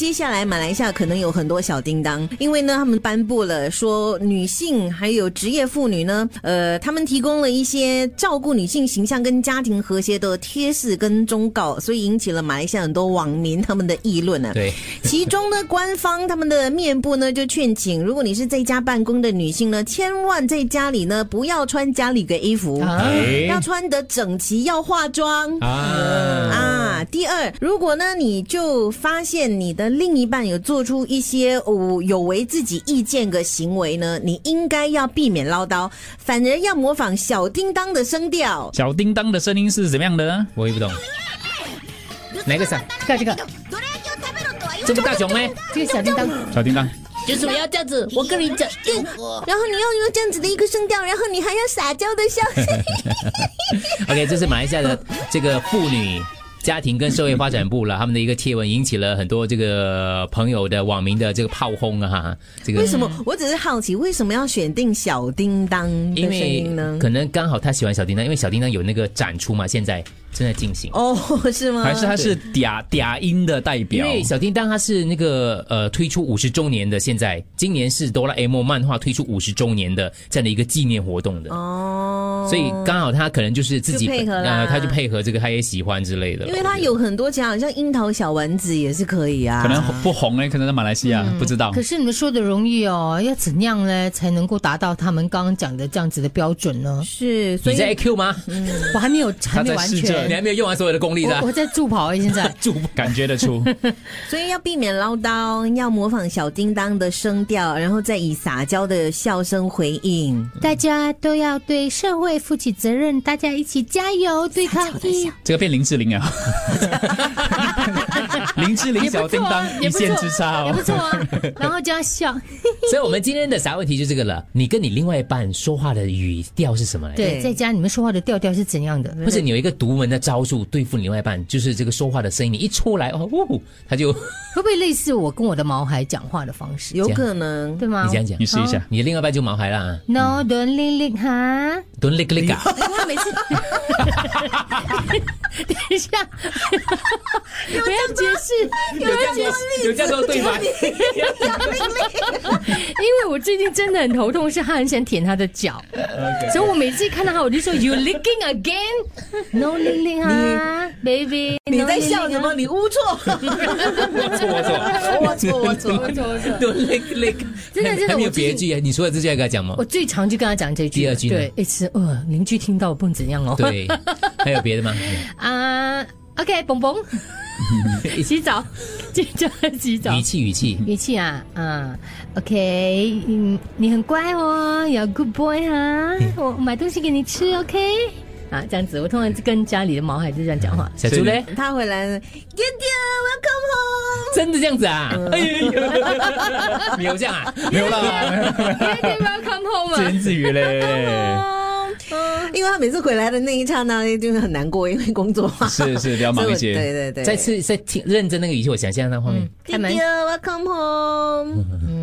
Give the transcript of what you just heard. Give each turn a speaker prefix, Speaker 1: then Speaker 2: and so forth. Speaker 1: 接下来马来西亚可能有很多小叮当，因为呢，他们颁布了说女性还有职业妇女呢，呃，他们提供了一些照顾女性形象跟家庭和谐的贴士跟忠告，所以引起了马来西亚很多网民他们的议论呢、啊。
Speaker 2: 对，
Speaker 1: 其中呢，官方他们的面部呢就劝请，如果你是在家办公的女性呢，千万在家里呢不要穿家里的衣服，
Speaker 3: 啊
Speaker 2: 哎
Speaker 1: 要穿得整齐，要化妆。
Speaker 2: 啊，
Speaker 1: 啊，第二，如果呢，你就发现你的另一半有做出一些哦有违自己意见的行为呢，你应该要避免唠叨，反而要模仿小叮当的声调。
Speaker 2: 小叮当的声音是怎么样的呢？我也 不懂。哪个啥？
Speaker 3: 啊这个这个
Speaker 2: 这个大熊呢？
Speaker 3: 这个小叮当，
Speaker 2: 小叮当，
Speaker 4: 就是我要这样子，我跟你讲，嗯
Speaker 2: 哦
Speaker 1: 然后你要用这样子的一个声调，然后你还要撒娇的笑。
Speaker 2: OK，这是马来西亚的这个妇女。家庭跟社会发展部了，他们的一个贴文引起了很多这个朋友的网民的这个炮轰啊，哈，这个
Speaker 1: 为什么？我只是好 奇，为什么要选定小叮当的
Speaker 2: 因
Speaker 1: 声
Speaker 2: 为
Speaker 1: 音呢？
Speaker 2: 可能刚好他喜欢小叮当，因为小叮当有那个展出嘛，现在正在进行。
Speaker 1: 哦，是
Speaker 3: 啊
Speaker 1: 吗？
Speaker 5: 还是他是嗲嗲音的代
Speaker 2: 因
Speaker 5: 表？
Speaker 2: 为小叮当它是那个呃推出五十周年的，现在今年是哆啦 A 梦漫画推出五十周年的这样的一个纪念活动的，
Speaker 1: 哦，
Speaker 2: 所以刚好他可能就是自己
Speaker 1: 就配合啦
Speaker 2: 呃他就配合这个他也喜欢之类的了，
Speaker 1: 因为
Speaker 2: 我
Speaker 1: 它
Speaker 2: 觉得
Speaker 1: 有很多家，好像樱桃小丸子也是可以啊。
Speaker 5: 可能红不红呢？可能在马来西亚不知道
Speaker 3: 嗯可。是你们说的容易哦，要怎样呢才能够达到他们刚刚讲的这样子的标准呢？
Speaker 1: 是，所
Speaker 2: 你
Speaker 1: 以
Speaker 2: 在 AQ 吗？
Speaker 3: 我还没有，还没有
Speaker 5: 他在
Speaker 3: 完
Speaker 5: 试着
Speaker 2: 你
Speaker 3: 全，
Speaker 2: 还没有用完所有的功力的啊
Speaker 3: 我，我在助跑啊，现 在
Speaker 5: 就感觉得 出，
Speaker 1: 所以要避免唠叨，要模仿小叮当的声调，然后再以撒娇的笑声回应。
Speaker 3: 大家都要对社会负起责任，大家一起加油，对抗疫
Speaker 5: 这个变林志玲 啊，林志玲
Speaker 3: 也
Speaker 5: 小
Speaker 3: 不
Speaker 5: 叮
Speaker 3: 错啊，
Speaker 5: 当
Speaker 3: 也
Speaker 5: 一
Speaker 3: 不错
Speaker 5: 线之差
Speaker 3: 也不
Speaker 5: 哦。
Speaker 3: 错啊。 然后就要笑，
Speaker 2: 所以我们今天的啥问题就这个了，你跟你另外一半说话的语调是什么来着？
Speaker 3: 对，在家你们说话的调调是怎样的？
Speaker 2: 或者你有一个独门的招数对付你另外一半，就是这个说话的声音，你一出来哦，呜，他就
Speaker 3: 会不会类似我跟我的毛孩讲话的方式？
Speaker 1: 有可能
Speaker 3: 对吗？
Speaker 2: 你这样讲
Speaker 5: 你，试一下，
Speaker 2: 你的另外一半就毛孩啦
Speaker 3: No, don't lick lick 哈。
Speaker 2: ，don't lick lick 啊。
Speaker 3: 他每次，等一下，不要解释，不要解释，
Speaker 2: 有这样说 对吗？
Speaker 3: 因为我最近真的很头痛，是他很想舔他的脚，所以我每次看到他，我就说 You licking again? No licking 哈，baby，
Speaker 1: 你在笑什么？？你污错，我错，我错，我错。
Speaker 2: 都 lick lick，
Speaker 3: 真的
Speaker 2: 还
Speaker 3: 真的
Speaker 2: 还没有
Speaker 3: 我最
Speaker 2: 别
Speaker 3: 近
Speaker 2: 句啊？你说的这句要跟他讲吗
Speaker 3: 我？最常就跟他讲这句，
Speaker 2: 第二句呢
Speaker 3: 对，一次呃，邻居听到不能怎样哦。
Speaker 2: 对，还有 别的吗？
Speaker 3: 啊，OK，蹦 蹦，洗澡，就叫他洗澡
Speaker 2: 语。气语气，
Speaker 3: 语气啊，啊，OK，嗯，你很乖哦，要 good boy 啊，我买东西给你吃，OK？啊，这样子，我通常是跟家里的毛孩子这样讲话。
Speaker 2: 小猪嘞，
Speaker 1: 他回来了，爹爹，welcome
Speaker 2: 真的这样子啊？
Speaker 3: 嗯
Speaker 2: 哎 呦，你有这样啊？
Speaker 5: 没有 啦，
Speaker 3: Daddy 哎 welcome home
Speaker 5: 自言
Speaker 3: 啊！哦
Speaker 5: 自语嘞，
Speaker 1: home。因为他每次回来的那一刹那，就是很难过，因为工作嘛。
Speaker 5: 是是比较忙一
Speaker 1: 所以我对
Speaker 5: 些。
Speaker 1: 对对。
Speaker 3: 嗯
Speaker 2: 再次再听认真那个语气，我想象那画面。
Speaker 1: 爹
Speaker 3: 开门
Speaker 1: 爹，welcome home。